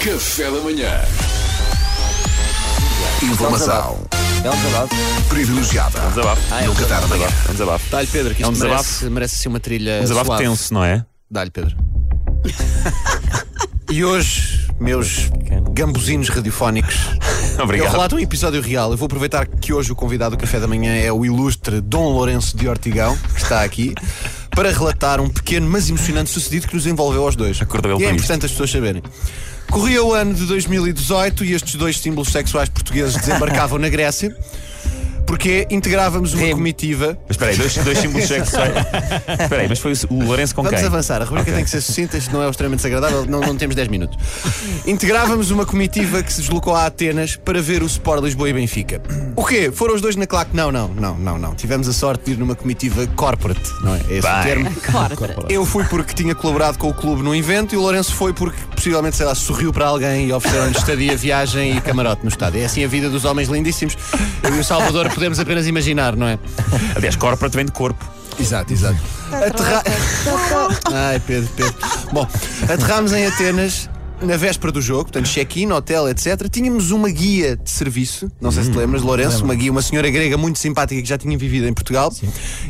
Café da manhã. Informação É um desabafo. privilegiada Desabafo. Ah, é no um Café da manhã. Um desabafo. Dá-lhe, Pedro, que É isto um desabafo. merece, merece ser uma trilha Um desabafo suave. tenso, não é? Dá-lhe, Pedro. E hoje, meus gambuzinos radiofónicos, eu Obrigado. relato um episódio real. Eu vou aproveitar que hoje o convidado do Café da Manhã é o ilustre Dom Lourenço de Ortigão, que está aqui, para relatar um pequeno, mas emocionante sucedido que nos envolveu aos dois. Acordou ele e é para importante as pessoas saberem. Corria o ano de 2018 e estes dois símbolos sexuais portugueses desembarcavam na Grécia porque integrávamos uma comitiva... Mas espera aí, dois, dois símbolos sexuais. Espera aí, mas foi o Lourenço com Vamos quem? avançar, a rubrica Ok. tem que ser sucinta, isto não é extremamente desagradável, não, não temos 10 minutos. Integrávamos uma comitiva que se deslocou a Atenas para ver o Sport Lisboa e Benfica. O quê? Foram os dois na claque? Não, não, não, não, não. Tivemos a sorte de ir numa comitiva corporate, não é? É esse o termo. Eu fui porque tinha colaborado com o clube num evento e o Lourenço foi porque possivelmente, sei lá, sorriu para alguém e ofereceram-lhe estadia, viagem e camarote no estádio. É assim a vida dos homens lindíssimos. Eu e o Salvador podemos apenas imaginar, não é? Aliás, corporate vem de corpo. Exato, exato. Aterra... Ai, Pedro, Pedro. Bom, aterrámos em Atenas. Na véspera do jogo, portanto, check-in, hotel, etc., tínhamos uma guia de serviço, não sei se Hum, te lembras, Lourenço, uma guia, uma senhora grega muito simpática que já tinha vivido em Portugal.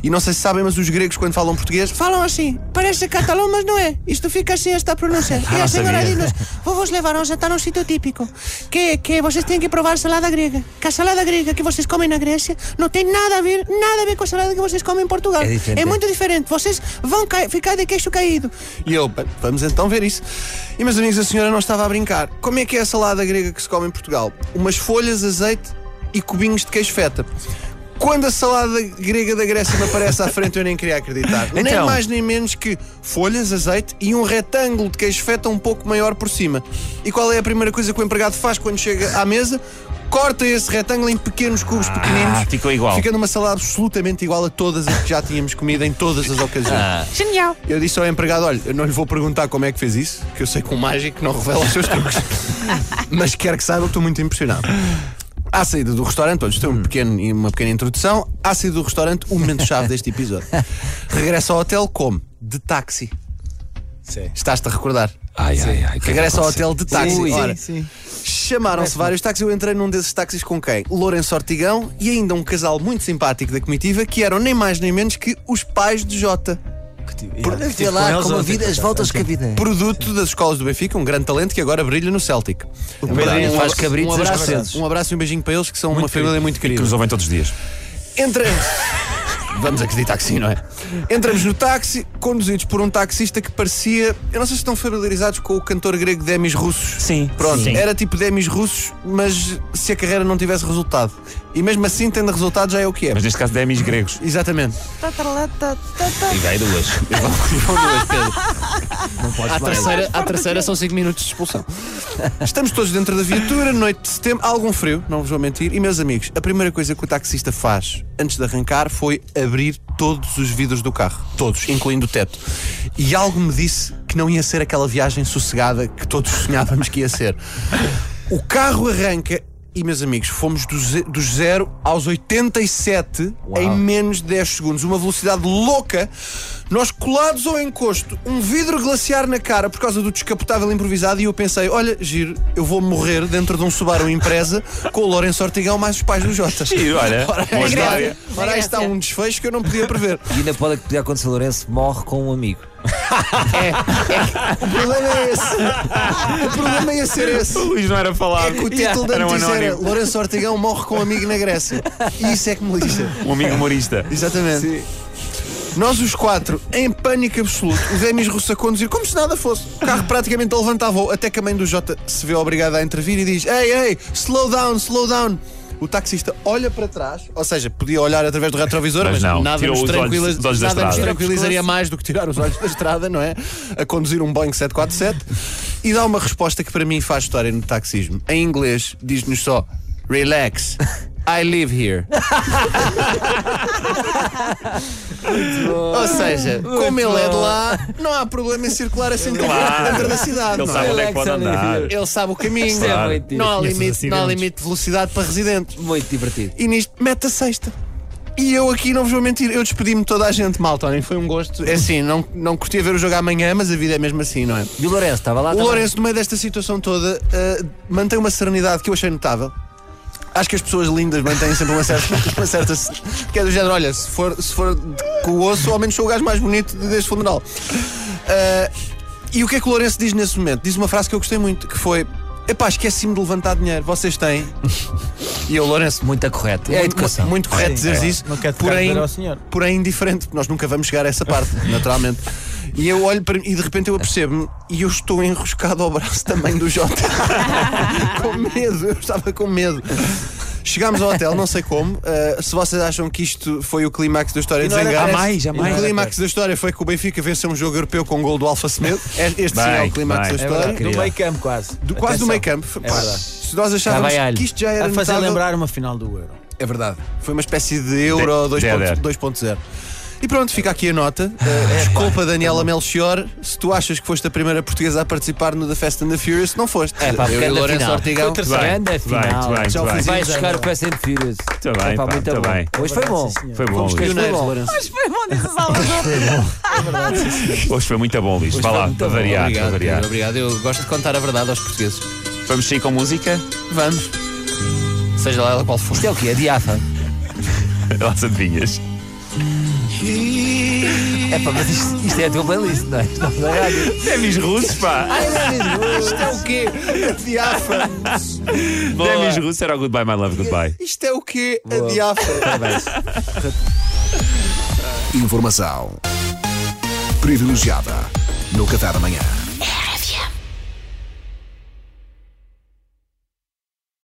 E não sei se sabem, mas os gregos, quando falam português, falam assim, parece catalão, mas não é. Isto fica assim, esta pronúncia. Ah, E não a senhora sabia. dinos, vou vos levar um a un jantar a un sitio típico que, que vocês têm que provar salada grega Que a salada grega que vocês comem na Grécia Não tem nada a ver, nada a ver com a salada que vocês comem em Portugal É diferente. É muito diferente, vocês vão cai- ficar de queixo caído E eu, "Bem, vamos então ver isso. E meus amigos, a senhora não estava a brincar. Como é que é a salada grega que se come em Portugal? Umas folhas, azeite e cubinhos de queijo feta. Quando a salada grega da Grécia me aparece à frente, eu nem queria acreditar. Nem Então. mais nem menos que folhas, azeite e um retângulo de queijo feta um pouco maior por cima. E qual é a primeira coisa que o empregado faz quando chega à mesa? Corta esse retângulo em pequenos cubos pequeninos. Ah, ficou igual. Fica numa salada absolutamente igual a todas as que já tínhamos comido em todas as ocasiões. Genial Eu disse ao empregado: olha, eu não lhe vou perguntar como é que fez isso, que eu sei que um mágico não revela os seus truques. Mas quero que saiba que estou muito impressionado. À saída do restaurante, olha, isto é um pequeno- uma pequena introdução. À saída do restaurante, o momento-chave deste episódio. Regressa ao hotel como? De táxi. Estás-te a recordar? Ai, ai, ai. Regressa ao hotel de táxi. Ui. Ora, Chamaram-se vários táxis. Eu entrei num desses táxis com quem? Lourenço Ortigão e ainda um casal muito simpático da comitiva que eram nem mais nem menos que os pais de Jota. Vê lá como a vida, as voltas que a vida é. produto das escolas do Benfica, um grande talento que agora brilha no Celtic. Um abraço- faz cabritos um às abraço, Mercedes. um abraço e um beijinho para eles que são uma família muito Que querida. nos ouvem todos os dias. Entramos. Vamos acreditar que sim, não é? Entramos no táxi, conduzidos por um taxista que parecia. Eu não sei se estão familiarizados com o cantor grego Demis Russos. Sim. Pronto, Sim. era tipo Demis Russos, mas se a carreira não tivesse resultado. E mesmo assim, tendo resultado, já é o que é. Mas neste caso, demis gregos. Exatamente. Vai duas. À terceira, à terceira são 5 minutos de expulsão. Estamos todos dentro da viatura, noite de setembro, algum frio, não vos vou mentir. E, meus amigos, a primeira coisa que o taxista faz antes de arrancar foi abrir todos os vidros do carro. Todos, incluindo o teto. E algo me disse que não ia ser aquela viagem sossegada que todos sonhávamos que ia ser. O carro arranca. E, meus amigos, fomos do ze- dos 0 aos 87 em menos de 10 segundos. Uma velocidade louca. Nós colados ao encosto, um vidro glaciar na cara por causa do descapotável improvisado. E eu pensei: olha, giro, eu vou morrer dentro de um Subaru Impreza com o Lourenço Ortigão mais os pais do Jota. Giro, olha. Ora, é Boa aí história. está, ora, aí está um desfecho que eu não podia prever. E ainda pode podia acontecer, Lourenço morre com um amigo. O problema é esse. O problema ia ser esse. O Luís não era falado. É que o título da Era um notícia era anónimo. Lourenço Ortigão morre com um amigo na Grécia. E isso é que me lixa. Um amigo humorista. Exatamente. Nós os quatro, em pânico absoluto, o Demis Russo a conduzir como se nada fosse. O carro praticamente a levantar voo, até que a mãe do Jota se vê obrigada a intervir e diz: Ei, ei, slow down, slow down. O taxista olha para trás, ou seja, podia olhar através do retrovisor, mas, Mas não, nada, tirou nos, os olhos- tranquiliza- os olhos da nada nos estrada. tranquilizaria mais do que tirar os olhos da estrada, não é? A conduzir um Boeing 747 e dá uma resposta que para mim faz história no taxismo. Em inglês, diz-nos só: Relax, I live here. Ou seja, como ele é de lá, não há problema em circular assim Claro. dentro da cidade. não Ele sabe é? onde é que pode andar. Ele sabe o caminho, é Claro. muito não, há divertido. limite, não há limite de velocidade para residentes. Muito divertido. E nisto, mete a sexta. E eu aqui não vos vou mentir, eu despedi-me de toda a gente mal, Tony. Foi um gosto. É assim, não, não curti a ver o jogo amanhã, mas a vida é mesmo assim, não é? E o Lourenço estava lá O também. Lourenço, no meio desta situação toda, eh, mantém uma serenidade que eu achei notável. Acho que as pessoas lindas mantêm sempre uma certa. Uma certa que é do género, olha, se for, se for de, com o osso, ao menos sou o gajo mais bonito de- deste funeral. Eh, e o que é que o Lourenço diz nesse momento? Diz uma frase que eu gostei muito, que foi. Epá, esqueci-me de levantar dinheiro, vocês têm. E eu, Lourenço, Muito correto. É a muito- educação. Muito correto Sim, dizeres isso. É. Não quer tocar porém, dinheiro ao senhor. porém indiferente, porque nós nunca vamos chegar a essa parte, naturalmente. E eu olho para mim e de repente eu apercebo-me e eu estou enroscado ao braço também do Jota. com medo, eu estava com medo. Chegámos ao hotel, não sei como. uh, se vocês acham que isto foi o clímax da história, não era desengano. parece- Há mais, há O mais. clímax da história foi que o Benfica venceu um jogo europeu com o gol do Alfa Semedo. Este sim é Bem, o clímax da bem. É história. verdade, do Querida. meio campo quase. Do- quase do Atenção. meio campo. É Pá, verdade. se nós achávamos vai alho. que isto já era A fazer notável- lembrar uma final do Euro. é verdade. Foi uma espécie de euro De- DDR. 2.0. E pronto, fica aqui a nota. Eh, Desculpa, Daniela Melchior, se tu achas que foste a primeira portuguesa a participar no The Fast and the Furious, não foste. É pá, eu e grande Lourenço final. Ortigão. Foi Muito bem, Grande muito bem, final. muito bem, Já o muito fiz. Vai Sim, buscar já. o Fast and bem, Furious. Epá, pá, muito muito bom. bem. Hoje foi bom. Sim, senhor. Foi bom, Fomos Luís. três, foi Pioneiros, bom. Lourenço. Mas foi bom, diz o Salvador. Hoje foi muito bom, Luís. Vá lá, muito para bom. variar, para Obrigado, variar. Pedro, obrigado. Eu gosto de contar a verdade aos portugueses. Vamos sair com música? Vamos. Seja lá ela qual for. Isto é o quê? A diafa? Lá se adivinhas. É pá, mas isto, isto é a tua playlist, não é? Isto não é da rádio. Demis russos, pá. Isto é o quê? A diafa. Demis russos era o Goodbye, My Love, Goodbye. Isto é o quê? A diafa. Informação privilegiada no Café da Manhã.